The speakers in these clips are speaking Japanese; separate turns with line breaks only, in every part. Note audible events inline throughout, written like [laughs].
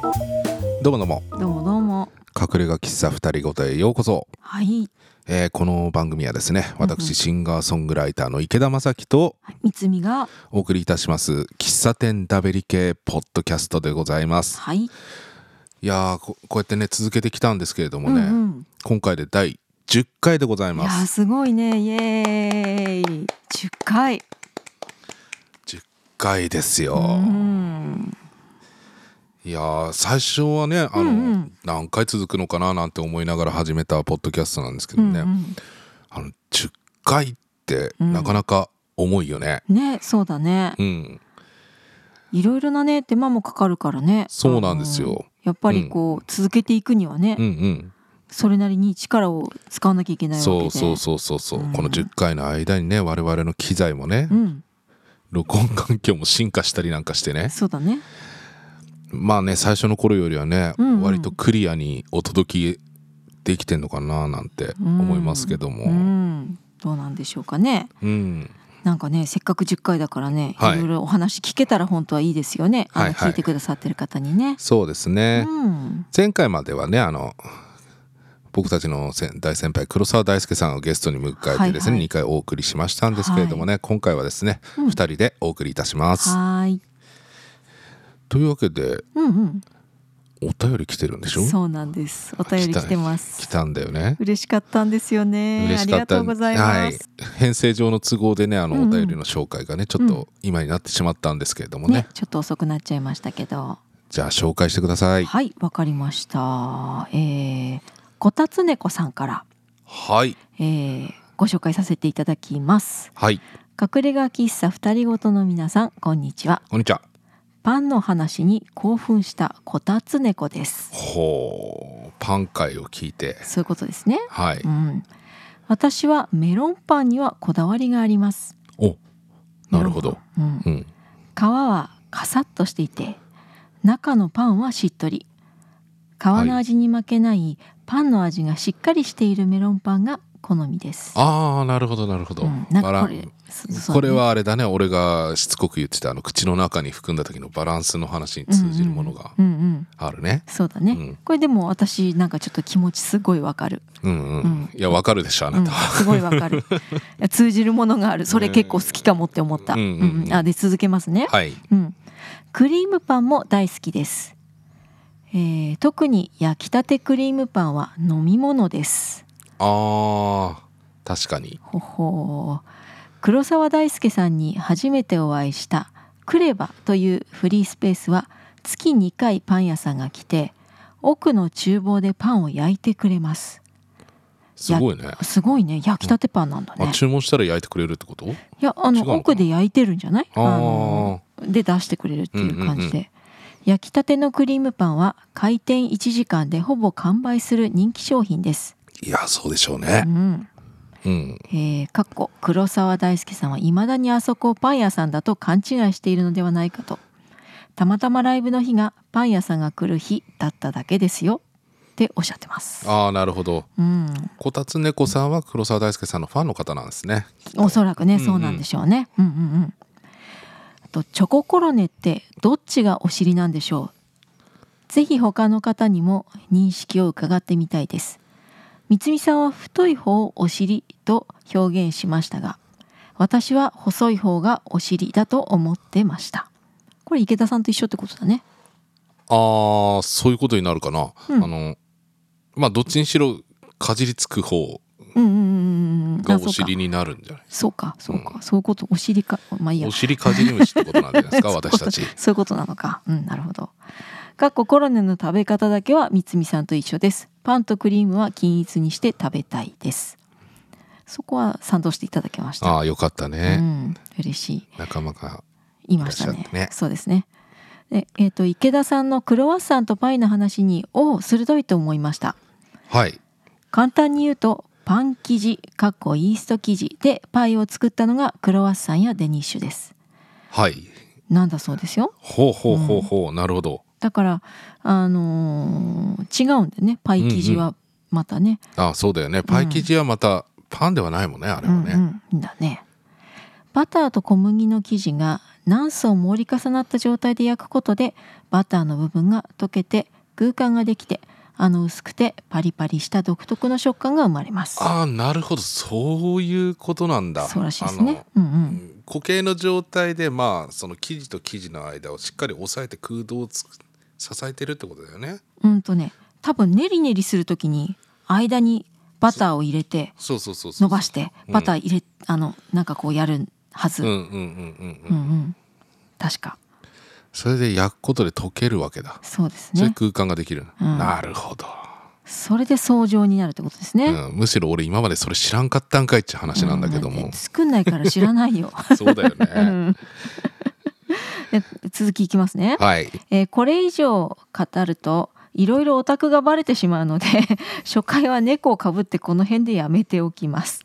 どうもどうも
どうもどうも。
隠れ家喫茶二人ごとへようこそ、
はい。
えーこの番組はですね
うんう
私
ん
シンガーソングライターの池田正樹と
三つみが。
お送りいたします喫茶店ダベリ系ポッドキャストでございます
はい。
いやーここうやってね続けてきたんですけれどもね、
うん
今回で第10回でござい
うん。いや
ま
ー
す
すごいね。イエーイ。十回。
回ですよ、
うん。
いやー最初はねあの、
うんうん
何回続くのかななんて思いながら始めたポッドキャストなんですけ
う
ど
ん
ね、
うん
あの10回って
うん
なかなか重いよね
ね、そうだね。
うん、
いろいろなね手間もかかるからね。
そうなんですよ
あの。やっぱりこう続けていくにはね
うん、うん
それなりに力を使わなきゃいけないわけで。
そうそうそうそうそう、
うん
この10回の間にね我々の機材もね、
うん。
録音環境も進化したりなんかしてね
そうだね。
まあね最初の頃よりはね、
うんうん
割とクリアにお届けできてんのかななんて思いますけども、
う
うん
ん。どうなんでしょうかね。なんかねせっかく10回だからね、
はい
い、ろいろお話聞けたら本当はいいですよね、あの
はいはい
聞いてくださってる方にね。
そうですね、
うん、
前回まではねあの僕たちのせ大先輩黒沢大輔さんをゲストに迎えてですね、
はいはい
2回お送りしましたんですけれどもね、今回はですね、
うん
2人でお送りいたします。
はーい、
というわけで
うん
お便り来てるんでし
う
ょ
ん、そうなんです。お便り来てま
来
す。
たんだよね。
嬉しかったんですよね。
嬉
あ
し
り
か
が
った
とうございます。
はい、編成上の都合でねあの
うん
お
うん
便りの紹介がね、ちょっと今になってしまったんですけれどもね,、
ね、ちょっと遅くなっちゃいましたけど、
じゃあ紹介してください
はい、わかりました。えー、こたつ猫さんから、
はい
えー、ご紹介させていただきます。
はい
隠れ家喫茶二人ごとの皆さん、こんにちは。
こんにちは
パンの話に興奮したこたつ猫です。
ほうパン会を聞いて
そういうことですね。
はい、
うん。私はメロンパンにはこだわりがあります。
おなるほど、
うん。
うん、
皮はカサッとしていて、中のパンはしっとり。皮の味に負けない、パンの味がしっかりしているメロンパンが好みです。
ああなるほどなるほど、
うん、なん
バ
か
ラ
こ
ン
れ、そ
これ。はあれだね俺がしつこく言ってたあの口の中に含んだ時のバランスの話に
そうね
通じるものが
うんうん、うんうん
あるね、
そうだね、
うん
これでも私なんかちょっと気持ちすごいわかる、
うん、うん
うん
いやわかるでしょあ
う、
なんたは、
すごいわ
[laughs]
かるいや通じるものがあるそれ結構好きかもって思った、
うんうんうん
うん、あで続けますね、
はい
うん、クリームパンも大好きです、えー特に焼きたてクリームパンは飲み物です
あー確かに
ほほー黒沢大輔さんに初めてお会いしたクレバというフリースペースは月2回パン屋さんが来て奥の厨房でパンを焼いてくれます
すごいね
すごいね焼きたてパンなんだね
あ注文したら焼いてくれるってこと
いやあ
違うのか
の
な
奥で焼いてるんじゃない
あー
ので出してくれるっていう感じ
うんうん
で、焼きたてのクリームパンは開店1時間でほぼ完売する人気商品です、
いやそうでしょう
う
ね
ん
うん
えー、かっこ黒沢大輔さんはいまだにあそこをパン屋さんだと勘違いしているのではないかとたまたまライブの日がパン屋さんが来る日だっただけですよっておっしゃってます
ああなるほど
うん
こたつ猫さんは黒沢大輔さんのファンの方なんですね
おそらく
う
ね
んうん
そうなんでしょうね、うん、うんうんあとチョココロネってどっちがお尻なんでしょうぜひ他の方にも認識を伺ってみたいです三つみさんは太い方をお尻と表現しましたが私は細い方がお尻だと思ってましたこれ池田さんと一緒ってことだね
ああそういうことになるかな、
うん
あのまあどっちにしろかじりつく方
うんうんうんうんうん
が
あ
お尻になるんじゃない
そうかそうかそうか、そういうことお尻かまあいいや
お尻かじり虫ってことなんじゃないですか
[laughs] そういうこと
私たち
そういうことなのか。うん、なるほど。かっこコロネの食べ方だけは三つみさんと一緒です。パンとクリームは均一にして食べたいです。そこは賛同していただきました。
ああよかった
う
ね、
ん、嬉しい。
仲間が
いました
いらっし
ね
ゃ。ったね
そうですね。でえっ、と池田さんのクロワッサンとパイの話に、おお、鋭いと思いました。
はい
簡単に言うとパン生地かっこイースト生地でパイを作ったのがクロワッサンやデニッシュです。
はい
なんだそうですよ。
ほうほうほうほう、なるほど
だからあのー違うんだよねパイ生地はまたね,、
ああそうだよねパイ生地はまたパンではないもんねあれ
う
は
ん
ね、
うんだねバターと小麦の生地が何層も折り重なった状態で焼くことでバターの部分が溶けて空間ができてあの薄くてパリパリした独特の食感が生まれます
ああなるほどそういうことなんだ
そうらしいですねうんう
あの
ん
固形の状態でまあその生地と生地の間をしっかり押さえて空洞をつ支えてるってことだよね
うんとね多分ねりねりするときに間にバターを入れて
そうそうそうそう
伸ばして
うん
バター入れ、あのなんかこうやるはず、
うん
う、
うんんうんうんう
うんん確か
それで焼くことで溶けるわけだ
そうです
それで
ね
空間ができる、
うん
なるほど、
それで層状になるってことですね、
うん、むしろ俺今までそれ知らんかったんかいって話なんだけど
う
も
ん、作んないから知らな
[laughs]
いよ、
そうだよね、
[laughs] うん、で続きいきますね、
はい
えーこれ以上語るといろいろオタクがバレてしまうので [laughs] 初回は猫をかぶってこの辺でやめておきます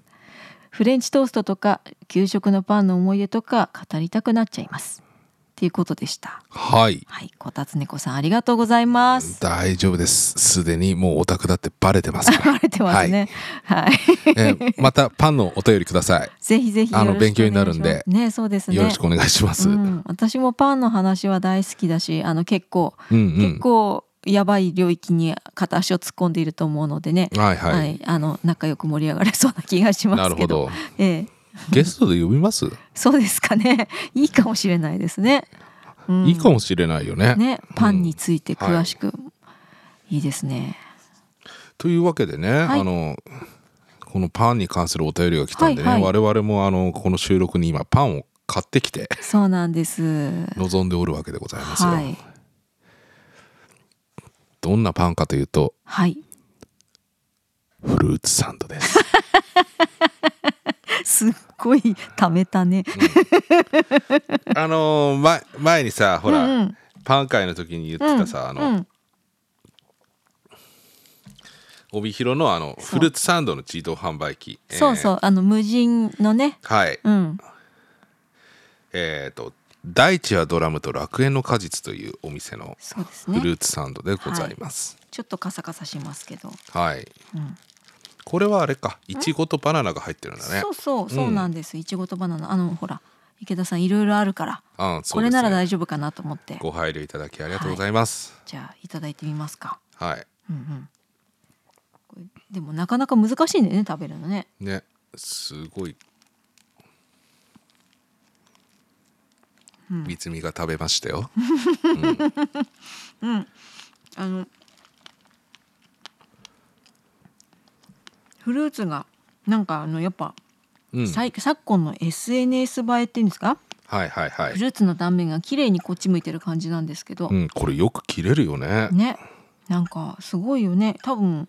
フレンチトーストとか給食のパンの思い出とか語りたくなっちゃいますっていうことでした
はい
はい、こたつ猫さんありがとうございます。
大丈夫ですすでにもうオタクだってバレてますから
[laughs] バレてますね。はい、
えーまたパンのお便りください
ぜひぜひ
あの
よろしくお願
勉強に
いします
なるんで
ね、そうですね。
よろしくお願いします、う、
うんん、私もパンの話は大好きだし、あの結構、
うん
結構やばい領域に片足を突っ込んでいると思うのでね。
はいはい、
あの仲良く盛り上がれそうな気がしま
なる
すけど。
ほど
ええ、
ゲストで呼びます、
そうですかね。 [laughs] いいかもしれないですね。うん
いいかもしれないよね
ね、パンについて詳しく。い、いですね。
というわけでね、
はい
あのこのパンに関するお便りが来たんでね、
はいはい
我々もあのこの収録に今パンを買ってきて
そうなんです。
望んでおるわけでございますよ、
はい。
どんなパンかというと
はい。
フルーツサンドです
すっごい貯めたね。
[laughs] あのー前前にさほら、
うんうん
パン会の時に言ってたさ、あの、
うん、
帯広のあのフルーツサンドの自動販売機、
そうそうう、あの無人のね。
えーはい
うん。
えっ、と大地はドラムと楽園の果実というお店の
そうです
フ
ね。
ルーツサンドでございます。
ちょっとカサカサしますけど。
はい。
うん
これはあれか、いちごとバナナが入ってるんだね
そ。うそう、そうなんです。いちごとバナナ、あのほら、池田さんいろいろあるから。
うん、そ
こ
う
れ
ですね
なら大丈夫かなと思って。
ご配慮いただきありがとうございます。
じゃあ、いただいてみますか。
はい。
うんうん。これでもなかなか難しいんだよね、食べるのね。
ね、すごい。みつみが食べましたよ。
あの。フルーツが。なんかあのやっぱ
うん。は
さ
い
い昨今の SNS 映えっていうんですか、
はいは
フ
い。
ルーツの断面が綺麗にこっち向いてる感じなんですけど
う、ん、これよく切れるよね。
ねなんかすごいよね多分、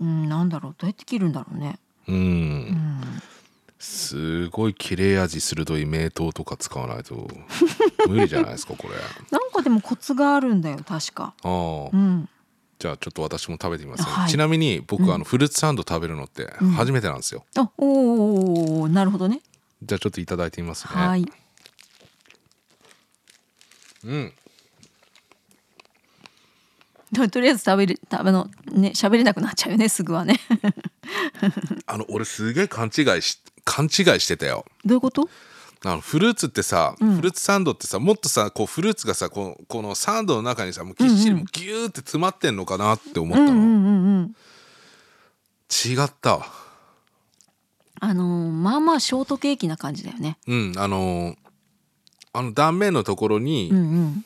うん、なんだろうどうやって切るんだろうね、
う。
うんん、
すごい切れ味鋭い名刀とか使わない
[laughs]
と無理じゃないですかこれ。
なんかでもコツがあるんだよ確か、
あ
う
あ、
ん、
じゃあちょっと私も食べてみますね、
はい
ちなみに僕、
うん
あのフルーツサンド食べるのって
うん
初めてなんですよ。
あおーおーなるほどね
じゃあちょっといただいてみますね。
はい
うん。
ととりあえず食べる食べのね喋れなくなっちゃうよねすぐはね
あの俺すげえ勘違いし勘違いしてたよ。
どういうこと
あのフルーツってさ、
うん
フルーツサンドってさもっとさこうフルーツがさこのこのサンドの中にさもうぎっしり
うんうん
もうギューって詰まってんのかなって思っ
う
た
ん
の、
うんうんうん
違ったわ
あのーまあまあショートケーキな感じだよね
うんあのーあの断面のところに
うんうん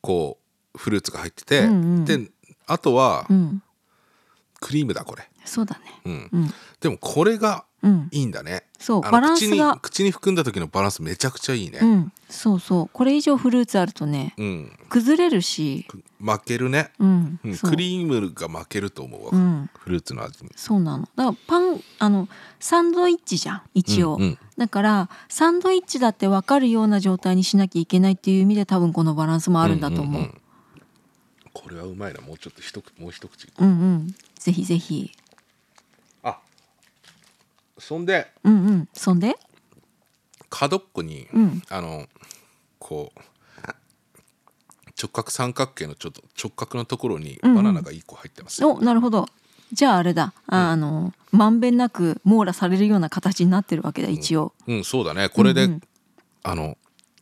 こうフルーツが入ってて、
うんうん
であとは
うん
クリームだこれ、
そうだね
うん、
うん
でもこれが
うん
いいんだね
そう
あの
バランスが
口に口に含んだ時のバランスめちゃくちゃいいね
うんそうそうこれ以上フルーツあるとね
うん、
崩れるし
負けるね、
うん、
うん、
そう
クリームが負けると思うわ、
うん、
フルーツの味に
そうなのだからパンあのサンドイッチじゃん一応、
うんうん
だからサンドイッチだって分かるような状態にしなきゃいけないっていう意味で多分このバランスもあるんだと思う,、うん
んこれはうまいなもうちょっと一口もう一口
うんぜひぜひ
あそんで
うんうんそんで
角っこに、
うん
あのこう直角三角形のちょっと直角のところに
うんうん
バナナが一個入ってますよ、
おなるほどじゃああれだあ,、のまんべんなく網羅されるような形になってるわけだ一応、
うんそうだねこれで、
うんうん
あの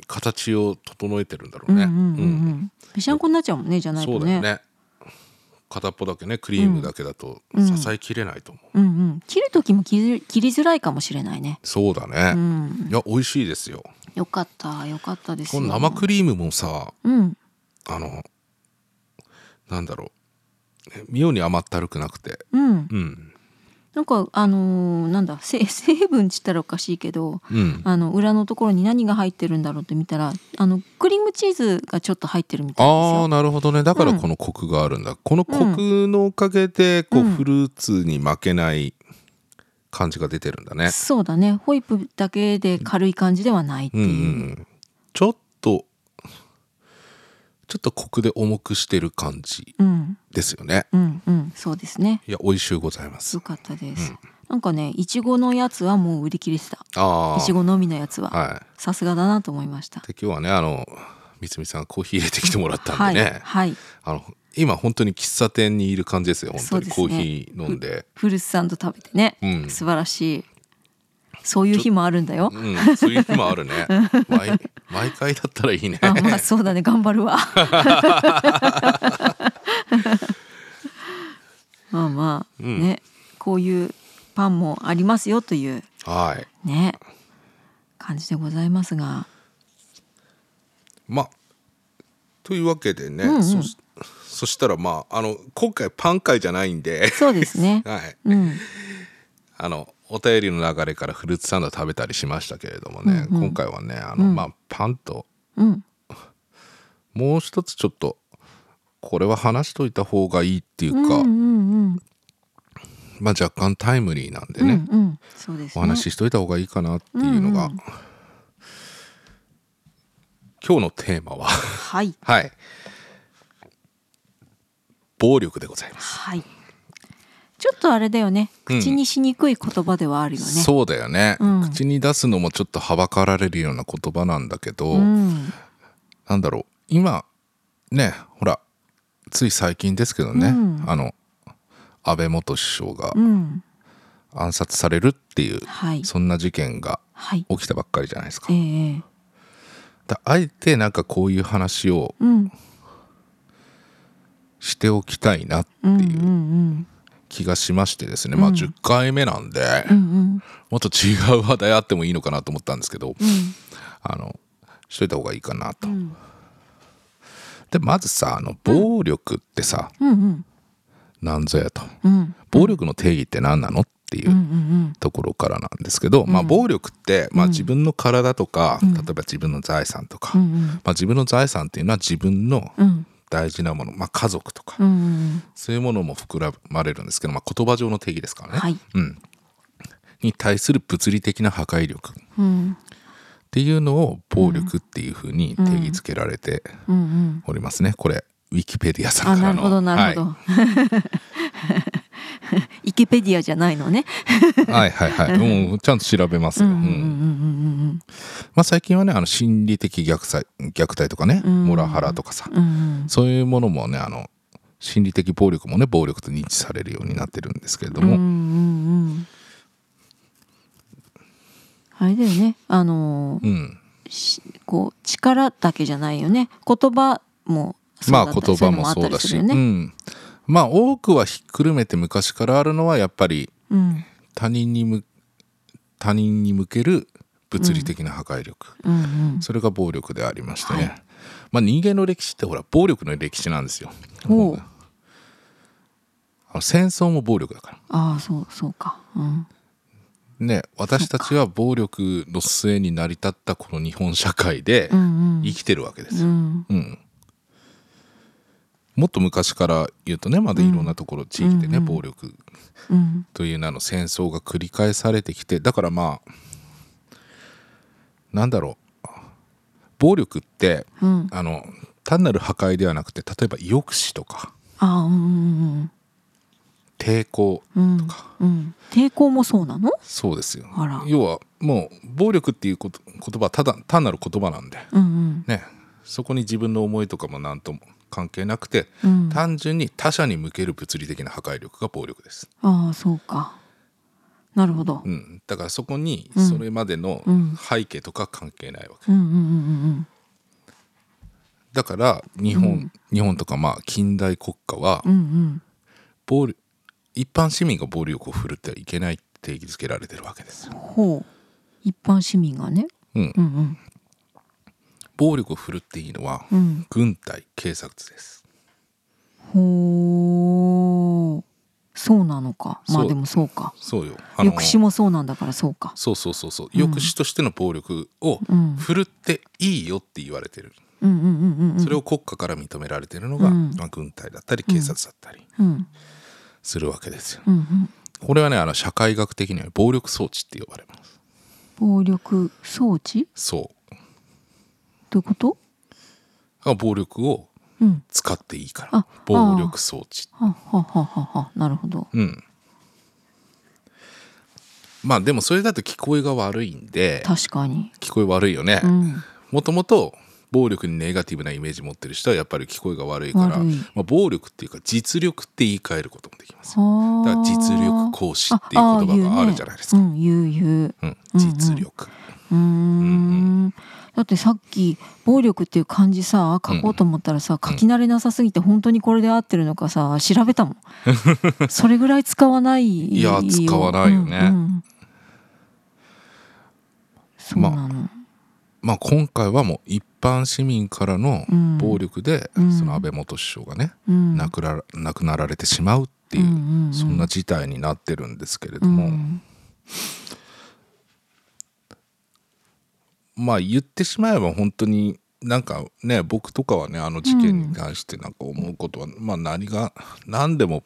形を整えてるんだろ
う
うん
う
ね。
んうんうん。ぺしゃんこになっちゃうもんねじゃない
そ
と
うだ
ね。
よね。片っぽだけねクリームだけだと
うん
支えきれないと思う。
うんうん。切る時も切り切りづらいかもしれないね。
そうだ
う
ね。
ん。
いや美味しいですよ。
よかったよかったです
こ
よ。
の生クリームもさ
うん。
あのなんだろうえ妙に甘ったるくなくて、
うん、
うん
なんかあのーなんだせ [laughs] 成分っつったらおかしいけど
うん、
あの裏のところに何が入ってるんだろうって見たらあのクリームチーズがちょっと入ってるみたいです
あ
よ
あ。なるほどねだから
うん
このコクがあるんだ、このコクのおかげでこう、
うん
フルーツに負けない感じが出てるんだね、
そうだねホイップだけで軽い感じではないって
うん
いうう、
んうん、ちょっとちょっとコクで重くしてる感じ
うん
ですよね
うんうんそうですね
いや美味しゅうございます
よかったです、なんかねいちごのやつはもう売り切れてた
あ
いち
あ
ごのみのやつは
は
さすがだなと思いました
いで今日はねあの三つみさんがコーヒー入れてきてもらった
は
ん
い
でね、
はい
あの今本当に喫茶店にいる感じですよ本
そ
当
う
に
ですね
コーヒー飲んで
フルーツサンド食べてね、
うん
素晴らしいそういう日もあるんだよ
う、んそういう日もあるね毎毎回だったらいいね
あまあ
[laughs]
そうだね頑張るわまあまあ、
うん
ねこういうパンもありますよという
はい
ね感じでございますが
まあというわけでね、
うんうん
そしそしたらまああの今回パン会じゃないん
[laughs]
で
そうで
[laughs]
すね
はい
うん
あのお便りの流れからフルーツサンド食べたりしましたけれどもね、
うんうん
今回はねあの、まあパンと
うん
もう一つちょっとこれは話しといた方がいいっていう
うん
か、
うん
まあ若干タイムリーなんで
うんう
ね、
んうんそうです
お
ね
話ししといた方がいいかなっていうのが、
うんうん
今日のテーマは [laughs]
はい
はい暴力でございます、
はいちょっとあれだよね
うん
口にしにくい言葉ではあるよね、
そうだよね、
うん
口に出すのもちょっとはばかられるような言葉なんだけど、
うん
なんだろう今ねほらつい最近ですけどね、
うん
あの安倍元首相が
うん
暗殺されるっていう、
はい
そんな事件が
はい
起きたばっかりじゃないですか
え。え
だあえてなんかこういう話を
うん
しておきたいな
うんうんうん
気がしましてですね、まあ10回目なんで、
うんうん
もっと違う話題あってもいいのかなと思ったんですけど、
うん
あのしといた方がいいかなと。
ん
でまずさあの暴力ってさ、
うんうん
なんぞやと
うん
暴力の定義って何なのっていううん
うん
ところからなんですけど、まあ、暴力って、まあ、自分の体とか、例えば自分の財産とか、
うんうん
まあ、自分の財産っていうのは自分の
うん
大事なもの、まあ、家族とか、
うんうん
そういうものも含まれるんですけど、まあ、言葉上の定義ですからね、
はい
うん、に対する物理的な破壊力っ
うん
ていうのを暴力っていうふうに定義づけられて
うんうん
おりますねこれウィキペディアさ
あ
んか
な
ら
る
の
ほどなるほど、 [laughs] イケペディアじゃないのね
はい、はい
[laughs]
はいはいもうちゃんと調べますよ、
うんうん
うん
うん
まあ、最近はねあの心理的虐待虐待とかね、
ん
モラハラとかさ
うんうんうん
そういうものもねあの心理的暴力もね暴力と認知されるようになってるんですけれども、
うんうんうんあれだよねあのー
うん、
しこう力だけじゃないよね言葉もそう
ま
だ
あ
ったり
言葉もそうだし
そういうの
う
もあったりするよね
ん、まあ多くはひっくるめて昔からあるのはやっぱり
うん
他人にむ他人に向ける物理的な破壊力、
うんうん
それが暴力でありましてね、
はい
まあ人間の歴史ってほら暴力の歴史なんですよ
おう
あの戦争も暴力だから
ああそうそうかうん
ね私たちは暴力の末に成り立ったこの日本社会で
うん
生きてるわけです
う
よ、
ん
うんもっと昔から言うとねまだいろんなところ、地域でね、暴力
うん
という名の戦争が繰り返されてきてだからまあなんだろう暴力って
うん
あの単なる破壊ではなくて例えば抑止とか
ああうん
抵抗
うんうんうんうん抵抗もそうなの
そうですよ
あら
要はもう暴力っていうこと言葉はただ単なる言葉なんで
うん
ねそこに自分の思いとかも何とも関係なくて、
うんうん
単純に他者に向ける物理的な破壊力が暴力です
ああそうかなるほど。
うん、だからそこに
うん
それまでの
うん
背景とか関係ないわけ、
うんうんうんうん
だから日本、日本とかまあ近代国家は
うんうん
暴力一般市民が暴力を振るってはいけないって定義づけられてるわけです
うん。、ほう。一般市民がね。
うん
う、ん
暴力を振るっていいのは
うんうん。
軍隊警察です
ほう。そうなのか。ま
そ
あ
う
でもそうか。
そうよあの
抑止もそうなんだからそうか。
そうそうそうそう
うん
抑止としての暴力を
うん。
振るっていいよって言われてる、
うんうんうんうんうん。
それを国家から認められてるのが、
うん
まあ、軍隊だったり警察だったり
うん
するわけですよ、
うんうん。
これはねあの社会学的には暴力装置って呼ばれます
暴力装置
そう
どういうこと？
あ暴力を
うん。
使っていいか
あ
ら暴力装置
ははははは。なるほど。
うんまあでもそれだと聞こえが悪いんで
確かに。
聞こえ悪いよね、
うん。
もともと暴力にネガティブなイメージ持ってる人はやっぱり聞こえが悪いから、
悪い
まあ、暴力っていうか実力って言い換えることもできます
はあ。
だから実力行使っていう言葉があるじゃないですか
ああ言うねうん、言う言
う
う。
ん
うん
実力、
うーんだってさっき「暴力」っていう漢字さ書こうと思ったらさ、書き慣れなさすぎて本当にこれで合ってるのかさ調べた
[laughs]
もんそれぐらい使わない
いや使わないよね
うんうんそうなの、
まあ今回はもう一般市民からの
うん
暴力で、
うん
その安倍元首相がね、
うん、
亡くな亡くなられてしまうっていう、
うんうんうん
そんな事態になってるんですけれど
う
も、
ん
まあ言ってしまえば本当になんかね僕とかはねあの事件に関してなんか思うことは、まあ何が何でも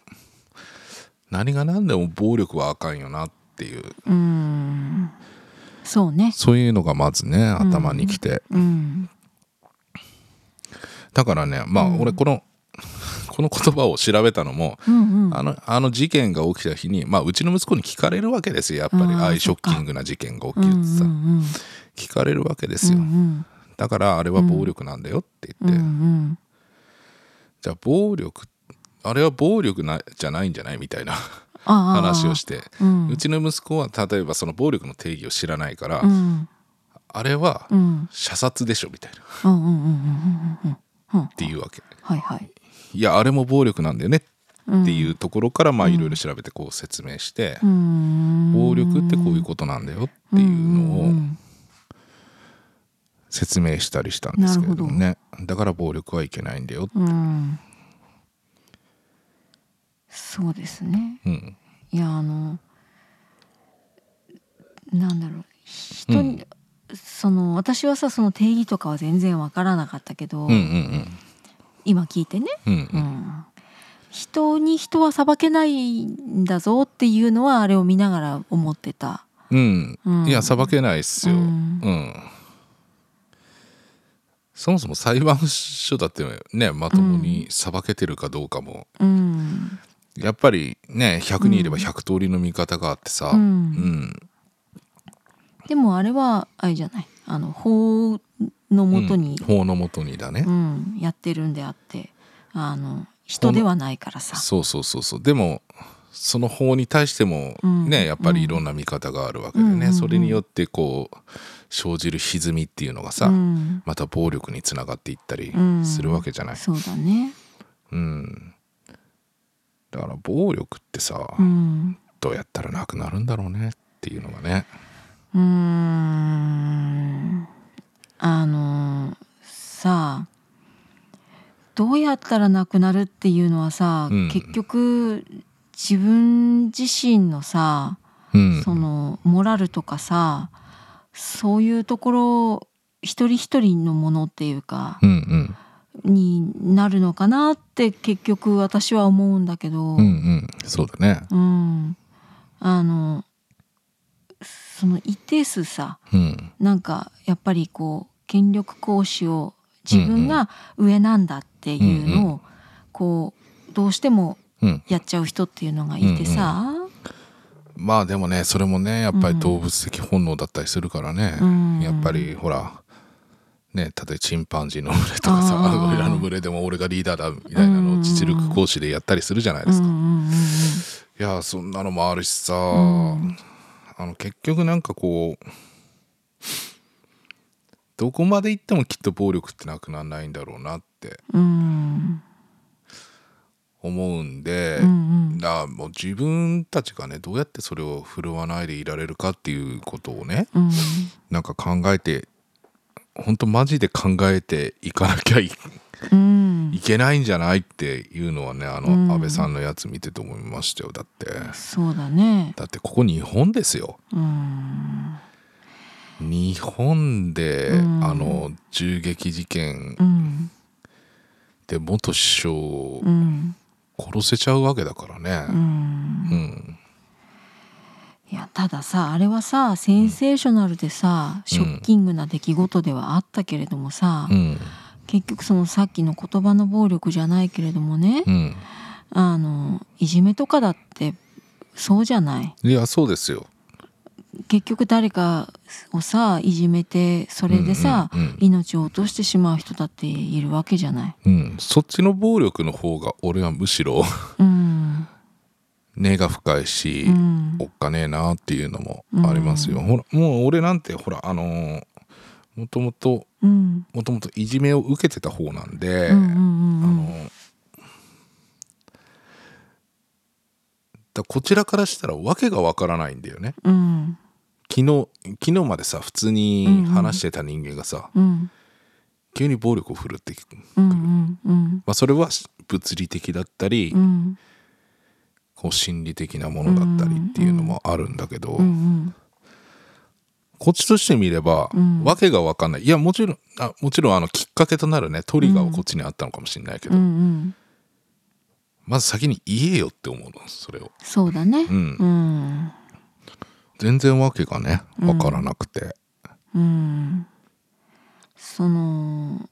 何が何でも暴力はあかんよなっていう
うんそうね
そういうのがまずね頭にきて、
うん
だからねまあ俺この、 [laughs] この言葉を調べたのも
うんうん
あのあの事件が起きた日に、まあ、うちの息子に聞かれるわけですよやっぱり
あー
ああいうシ
そ
ョ
っか
ッキングな事件が起き
う
る
んう
っ
ん
てさ、
うん
聞かれるわけですよ、
うん
だからあれは暴力なんだよって
うんう
言って、
ん
じゃあ暴力あれは暴力なじゃないんじゃないみたいな
ああ
話をして、
うん
うちの息子は例えばその暴力の定義を知らないから、
うん
あれは
うん
射殺でしょみたいなっ
うんうんうんうんうんうんうん
ていうわけ
はいはい
いやあれも暴力なんだよねって
う
いうところからまあいろいろ調べてこう説明して、
ん
暴力ってこういうことなんだよっていうのを、
んん
説明したりしたんですけれどもねだから暴力はいけないんだよ、
うんうんそうですね
うん、
いやあのなんだろう人に、その私はさその定義とかは全然わからなかったけど、
うんうん
今聞いてね、
うんうん
う
うん
ん、人に人は裁けないんだぞっていうのはあれを見ながら思ってた。
うん
うん
いや裁けないっすよ、
う
うんんそもそも裁判所だってねまともに裁けてるかどうかも、
うん
やっぱりね100人いれば100通りの見方があってさ、
う
う
ん
ん
でもあれはあれじゃないあの法のもとに
うん、法のもとにだね、
うん、やってるんであってあの人ではないからさ。
そうそうそうそうでもその法に対しても
うん
ね、やっぱりいろんな見方があるわけでね、
うんうんうん
それによってこう生じる歪みっていうのがさ、
うん、
また暴力につながっていったり
うん
するわけじゃない、
そうだね。
うんだから暴力ってさ、
うん、
どうやったらなくなるんだろうねっていうのがね
うーんあのさあどうやったらなくなるっていうのはさ、
うん
結局自分自身のさ、
うん
そのモラルとかさそういうところ一人一人のものっていうか
う、ん
になるのかなって結局私は思うんだけ
う
ど、
んうんうんそうだね
うんあのその一定数さ
うん
なんかやっぱりこう権力行使を自分が上なんだっていう
うん
のをこうどうしても
うん
やっちゃう人っていうのがいてさ、
まあでもねそれもねやっぱり動物的本能だったりするからね、
うん
やっぱりほらね例えばチンパンジーの群れとかさ
あー
ゴリラの群れでも俺がリーダーだみたいなのを実力行使でやったりするじゃないで
うん
す
う
か、い
んうん
やそんなのもあるしさ、
うん
あの結局なんかこうどこまで行ってもきっと暴力ってなくならないんだろうなって
うん
思うんで、
うんうん
だからもう自分たちがねどうやってそれを振るわないでいられるかっていうことをね
うん
なんか考えて本当マジで考えていかなきゃい
うん
いけないんじゃないっていうのはねあ
うん
の安倍さんのやつ見てて思いましたよだって
そうだね
だってここ日本ですよ
うん
日本で、
うん
あの銃撃事件
うん
で元首
う
相
ん
殺せちゃうわけだからねう
う、ん
ん
いやたださあれはさセンセーショナルでさ、ショッキングな出来事ではあったけれどもさ、
うん
結局そのさっきの言葉の暴力じゃないけれどもね、
うん、
あのいじめとかだってそうじゃない
いやそうですよ
結局誰かをさいじめてそれでさ、
うんうんうん
命を落としてしまう人だっているわけじゃない。
うん、そっちの暴力の方が俺はむしろ [laughs]
うん
根が深いし、
うん
おっかねえなっていうのもありますよ、ほらもう俺なんてほらあのーもともと
うん
もともといじめを受けてた方なんで、
うんうん
あ
うん
のーだこちらからしたら訳がわからないんだよね
うん
昨日昨日までさ普通に話してた人間がさ、
うん
急に暴力を振るってきて
うんうんうん
まあ、それは物理的だったり、
うん
こう心理的なものだったりっていうのもあるんだけど、
うん
こっちとして見れば、
うん
わけが分かんないいやもちろんあもちろんあのきっかけとなるねトリガーはこっちにあったのかもしれないけ
う
ど、
んうん
まず先に言えよって思うのそれを
そうだね。
うん
うん
全然わけがね分からなくて、
うんその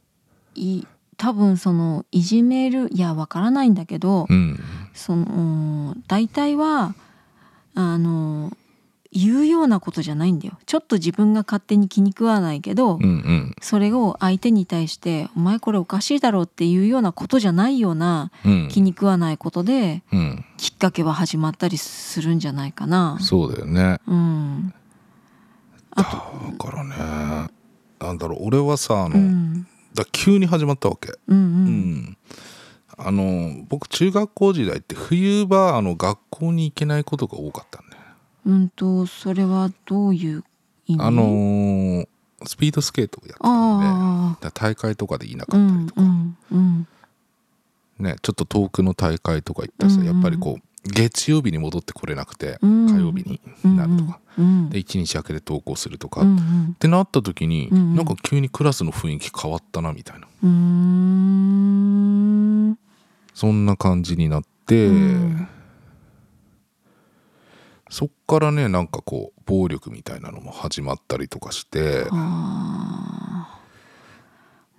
い多分そのいじめるいやわからないんだけど、
うん
その大体はあの言うようなことじゃないんだよちょっと自分が勝手に気に食わないけど、
うん、うん
それを相手に対して「お前これおかしいだろ」っていうようなことじゃないような
うん
気に食わないことで
うん
きっかけは始まったりするんじゃないかな。
そうだよね
うん、
だからねなんだろう俺はさあの、
うん
だ急に始まったわけ
うんう
うんん、あの僕中学校時代って冬場あの学校に行けないことが多かったんだよね
うんとそれはどういう意味
あのースピードスケートをやってたんで
あ
だ大会とかでいな
あう
かったり
ん
とか、
うんうん
ね、ちょっと遠くの大会とか行ったらさ、
うんうん
やっぱりこう月曜日に戻ってこれなくて、
うん
火曜日になるとか、
うん
で1日明けで登校するとか、
う
っ
んうん
てなった時に、
うんうん
なんか急にクラスの雰囲気変わったなみたいな
うーん
そんな感じになって、
うん
そっからねなんかこう暴力みたいなのも始まったりとかして、
あ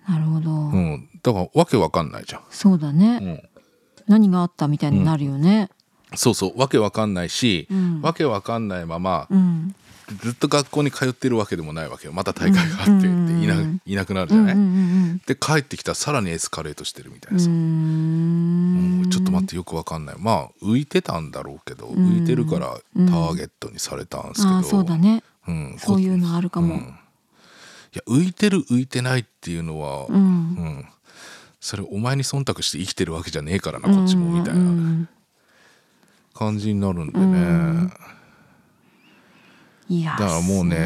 ーなるほど、
うん、だからわけわかんないじゃん、
そうだね、
うん、
何があったみたいになるよね、
そうそうわけわかんないし、
うん
わけわかんないまま
うん、
ずっと学校に通ってるわけでもないわけよまた大会があってって
うん
いな,、
うん
いなくなる
う
じゃ
んうん
な
う
い、
ん
で帰ってきたらさらにエスカレートしてるみたいうなさ、
ん
うんちょっと待っててよくわかんないまあ浮いてたんだろうけど、
ん
浮いてるからターゲットにされたんですけど、
ああそうだね
うんこ
そういうのあるかも
うんいや浮いてる浮いてないっていうのは、
う
うん
ん、
それお前に忖度して生きてるわけじゃねえからな
うん
こっちもみたい
うんう
なん感じになるんでね、
うんいや
だからもうね、う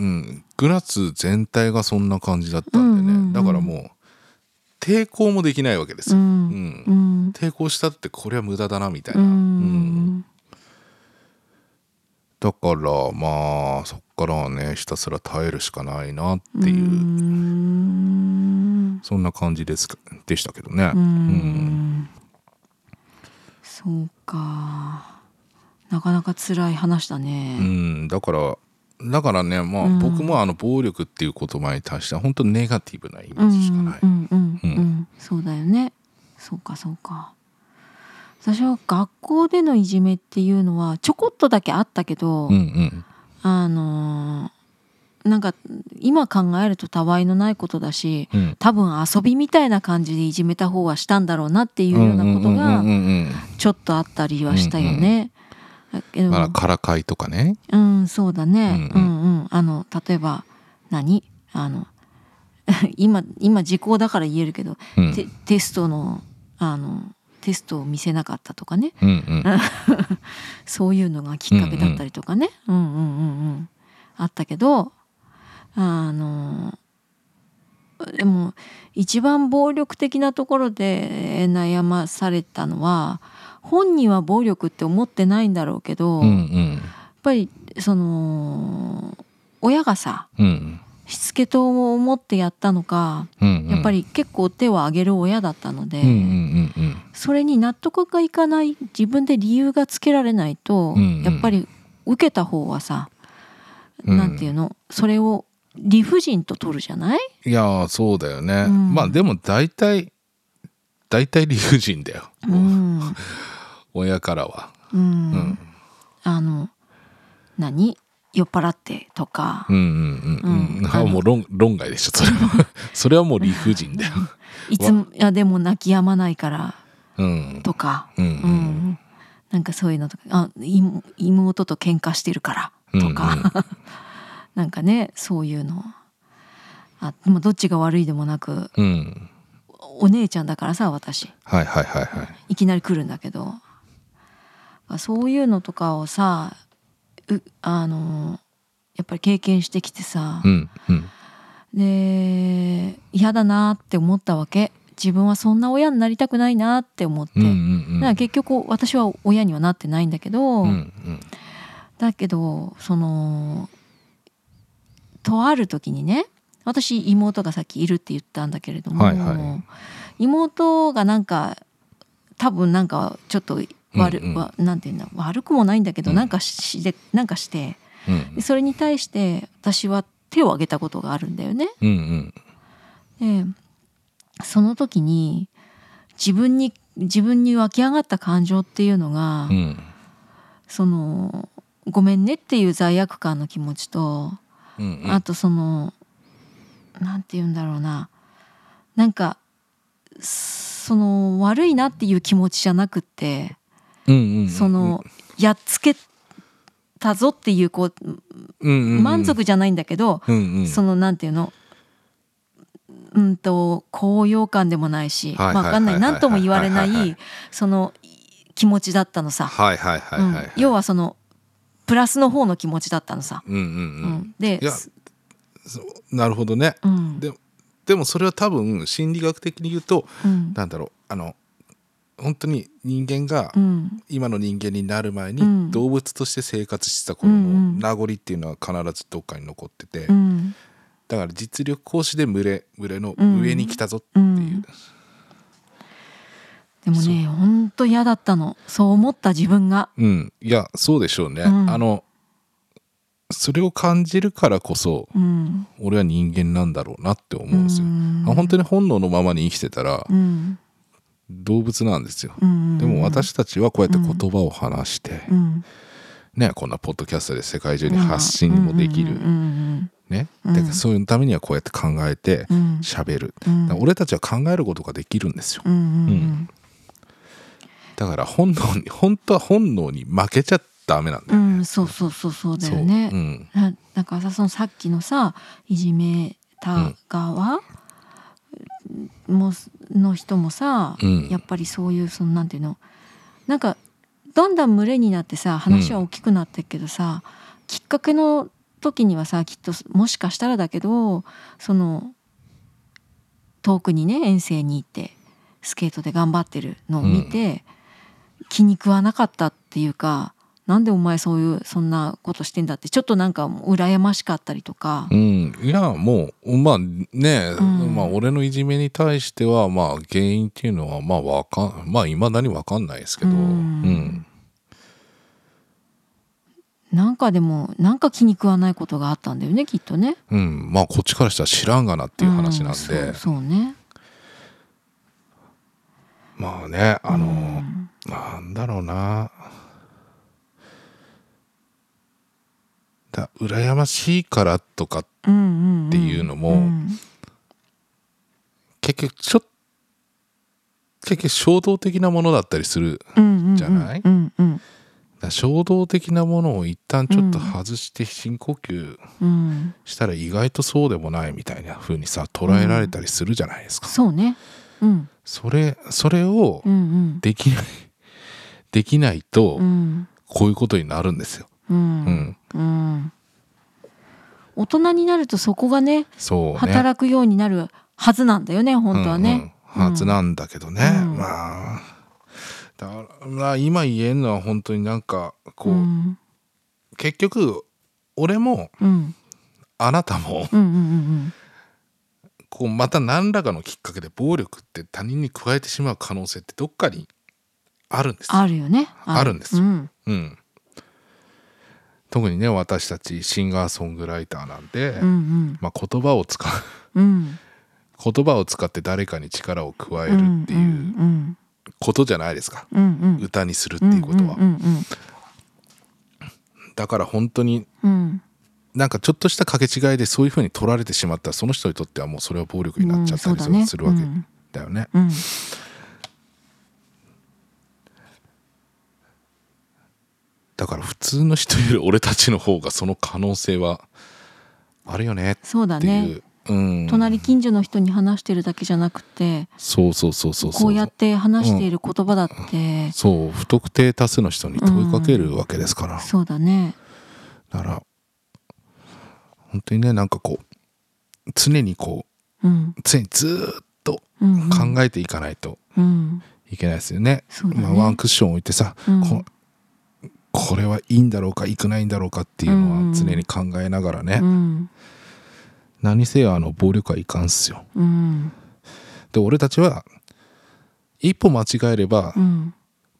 んグラス全体がそんな感じだったんでね、
うんうんうん
だからもう抵抗もできないわけです
う
よ、
ん
うん
うん
抵抗したってこれは無駄だなみたいうな、うん
ん
だからまあそっからはねひたすら耐えるしかないなっていう、
うん
そんな感じですかでしたけどね。
うんそうかなかなか辛い話だ
う
ね
ん、だからだからね、まあ
うん
僕もあの暴力っていう言葉に対しては本当ネガティブなイメ
う
ージしか
ん
ない。
うんうんう
うん
そうだよねそうかそうか私は学校でのいじめっていうのはちょこっとだけあったけど、
うんうん
あのーなんか今考えるとたわいのないことだし
うん
多分遊びみたいな感じでいじめた方はしたんだろうなっていうようなこと
うんうんうん
が
うん
ちょっとあったりはしたよね。だけど
まあ、からかいとかね
うんそうだね、
う
うんん
う
うんんあの例えば何あの [laughs] 今今時効だから言えるけど、
うん
テテストのあのテストを見せなかったとかね [laughs]
うんうん
そういうのがきっかけだったりとかね、うんうん、うんうんうんあったけどあのでも一番暴力的なところで悩まされたのは本人は暴力って思ってないんだろうけど、
うんう
やっ
ん
ぱりその親がさ
うん
しつけと思ってやったのか
うん
やっぱり結構手を挙げる親だったので、
うんうんうんうん
それに納得がいかない自分で理由がつけられないと、
うんうん
やっぱり受けた方はさ、
うん
なんていうのそれを理不尽と取るじゃない
いやーそうだよね、
うん
まあでも大体大体理不尽だよ、
うん、
親からは
う
うんん、うん
あの何酔っ払ってとか、
うんうんうん
うん
あもう論論外でしょそれはそれはもう理不尽だよ
いつもいやでも泣き止まないから
うん
とか、
うんう
うん
ん
なんかそういうのとかあい妹と喧嘩してるからとか、 [laughs]
うんうん
なんかねそういうのあでもどっちが悪いでもなく
うん
お姉ちゃんだからさ私
はいはいはいはい
いきなり来るんだけどあそういうのとかをさうあのやっぱり経験してきてさ
う、んうん
で嫌だなって思ったわけ自分はそんな親になりたくないなって思って、
うんうんうん
だから結局私は親にはなってないんだけど、
うんうん
だけどそのとある時にね私妹がさっきいるって言ったんだけれども、
はいは
妹がなんか多分なんかちょっと悪、
うんうん
わなんていうんだ悪くもないんだけど、
うん
なんかしでなんかして
うん
でそれに対して私は手を挙げたことがあるんだよね。
うんうん
でその時に自分に自分に湧き上がった感情っていうのが、
うん
そのごめんねっていう罪悪感の気持ちと、
うんうん
あとそのなんて言うんだろうななんかその悪いなっていう気持ちじゃなくって、
うんうんうん
そのやっつけたぞっていうこう
うんうんうん
満足じゃないんだけど、
うんうん
そのなんていうのうんと高揚感でもないし
はいはい
まあわかんな
はいいはいはい
何とも言われな
はいはいはい
そのい気持ちだったのさ、
はいはいはいはいは
うん
い
要はそのプラスの方の気持ちだったのさ。
うんうん
う
うん
ん、で
いやそうなるほどね
うん
ででもそれは多分心理学的に言うと
うん
なんだろうあの本当に人間が
うん
今の人間になる前
う
に
ん
動物として生活してた頃
うんう
の
ん
名残っていうのは必ずどっかに残ってて
うん
だから実力行使で群れ群れの
うん
上に来たぞって
う、
いうん
でもねほんと嫌だったのそう思った自分が
うんいやそうでしょうね、
うん
あのそれを感じるからこそ
うん
俺は人間なんだろうなって思うんですよ、
うん
あ本当に本能のままに生きてたら
うん
動物なんですよ、
うん
でも私たちはこうやって言葉を話して、
うん
ね、こんなポッドキャストで世界中に発信もできる、
うん
ね
うん
でそういうためにはこうやって考えて
うんうん
喋る、
うん
だから俺たちは考えることができるんですよ
うんうんうん
だから本能に本当は本能に負けちゃダメなんだ
う
よ、
んそうそうそうそうだ
そ
よ
う、う
ね
ん、
ななんかさそのさっきのさいじめた側もの人もさ
うん
やっぱりそういうそのなんていうのなんかだんだん群れになってさ話は大きくなってっけどさ、きっかけの時にはさきっともしかしたらだけどその遠くにね遠征に行ってスケートで頑張ってるのを見て、気に食わなかったっていうかなんでお前そういうそんなことしてんだってちょっとなんか羨ましかったりとか
う。ん、いやもうまあね、
うん
まあ、俺のいじめに対してはまあ原因っていうのはまあわかんまあいまだに分かんないですけど、う
うんんなんかでもなんか気に食わないことがあったんだよねきっとね。
うんまあこっちからしたら知らんがなっていう話なんで、
うんそうそうね。
まあねあの、
うん
なんだろうなだ羨ましいからとか
って
いうのも結局ちょっ結局衝動的なものだったりするじゃない
うんうん
から衝動的なものを一旦ちょっと外して深呼吸
うん、
したら意外とそうでもないみたいな風にさ捉えられたりするじゃないですか、
そうね、うん、
それそれを
うん
できないできない
うんう
と
ん
こういうことになるんですよ、
う
うんん、
うん大人になるとそこがね
そうね
働くようになるはずなんだよね本当はね、
うんうんはずなんだけどね、
うん
まあだからまあ今言えるのは本当になんかこう、
うん
結局俺も
うん
あなたも [laughs]
うんうんうん
こうまた何らかのきっかけで暴力って他人に加えてしまう可能性ってどっかにあるんですよ
あるよね
あるんですよ
うん
うん、特にね私たちシンガーソングライターなんで、
うん
まあ、言葉を使う [laughs]
うんうん
言葉を使って誰かに力を加えるっていう
うん
ことじゃないですか、
うんうんうん
歌にするっていうことは、
うんうん
だから本当に
うん
なんかちょっとした掛け違いでそういうふうに取られてしまったらその人にとってはもうそれは暴力になっちゃったり
うん
す
そう
る,、
だね
わけ
うん
だよね。
うんうん
だから普通の人より俺たちの方がその可能性はあるよねっ
そうだ
ていう。
ね
うん、
隣近所の人に話してるだけじゃなくて
そうそうそうそうそう
こうやって話している言葉だって、
そう不特定多数の人に問いかけるわけですから、
そうだね
だから本当にねなんかこう常にこう
うん
常にずーっと
うんうん
考えていかないと
うん
いけないですよね。
そうだね
まあ、ワンクッション置いてさ、
うん
ここれはいいんだろうかいくないんだろうかっていうのは常に考えながらね、
うん
何せよあの暴力はいかんっすよ。
うん
で俺たちは一歩間違えれば
うん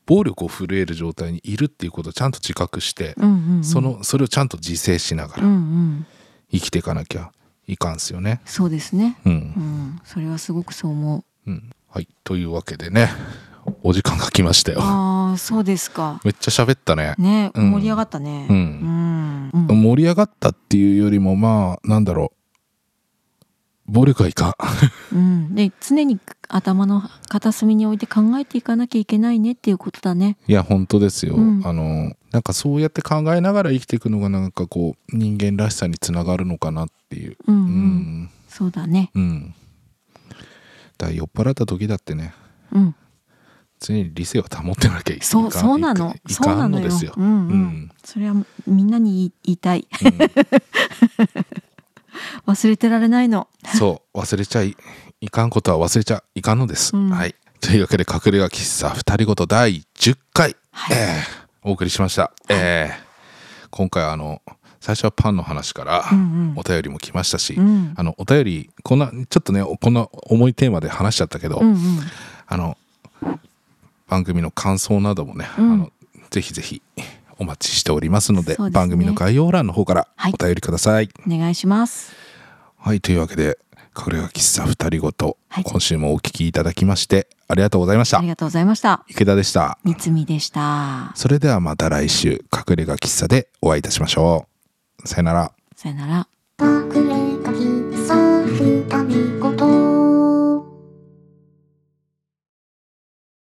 暴力を震える状態にいるっていうことをちゃんと自覚して、
うんうん
そのそれをちゃんと自制しなが
うん
ら
うん
生きていかなきゃいかんっすよね。
そうですね
う、
うんんそれはすごくそう思う
うん、はいというわけでねお時間が来ましたよ。
ああそうですか
めっちゃ喋ったね。
ね
うん
盛り上がったね
う
うんんうん
盛り上がったっていうよりもまあなんだろう暴力はいかん
うんで常に頭の片隅に置いて考えていかなきゃいけないねっていうことだね
いや本当ですよ、
うん
あのなんかそうやって考えながら生きていくのがなんかこう人間らしさにつながるのかなっていう
うん
う
うん
ん
そうだね
うんだから酔っ払った時だってね
うん
常に理性を保ってなきゃいけ
そうそうなの
い
そう
か
なん
の
の
で
よ
すよ
うんうん
うん
それはみんなに言い言いたい [laughs]
うん
忘れてられないの [laughs]
そう忘れちゃいいかんことは忘れちゃいかんのです、
うん
はいというわけで隠れ家喫茶二人ごと第10回
はい
えーお送りしました、えー今回はあの最初はパンの話から
うんうん
お便りも来ましたし、
うん
あのお便りこんなちょっとねこんな重いテーマで話しちゃったけど、
うんうん
あの番組の感想などもね、
うん
あのぜひぜひお待ちしておりますので
そうですね
番組の概要欄の方から
はい
お便りください。はい、
お願いします
というわけで隠れ家喫茶二人ごと、
はい
今週もお聞きいただきましてありがとうございまし
あ
た
り。がとうございました
池田でした。
につみでした
それではまた来週隠れ家喫茶でお会いいたしましょうさよなら
さよなら
隠れ家喫茶二人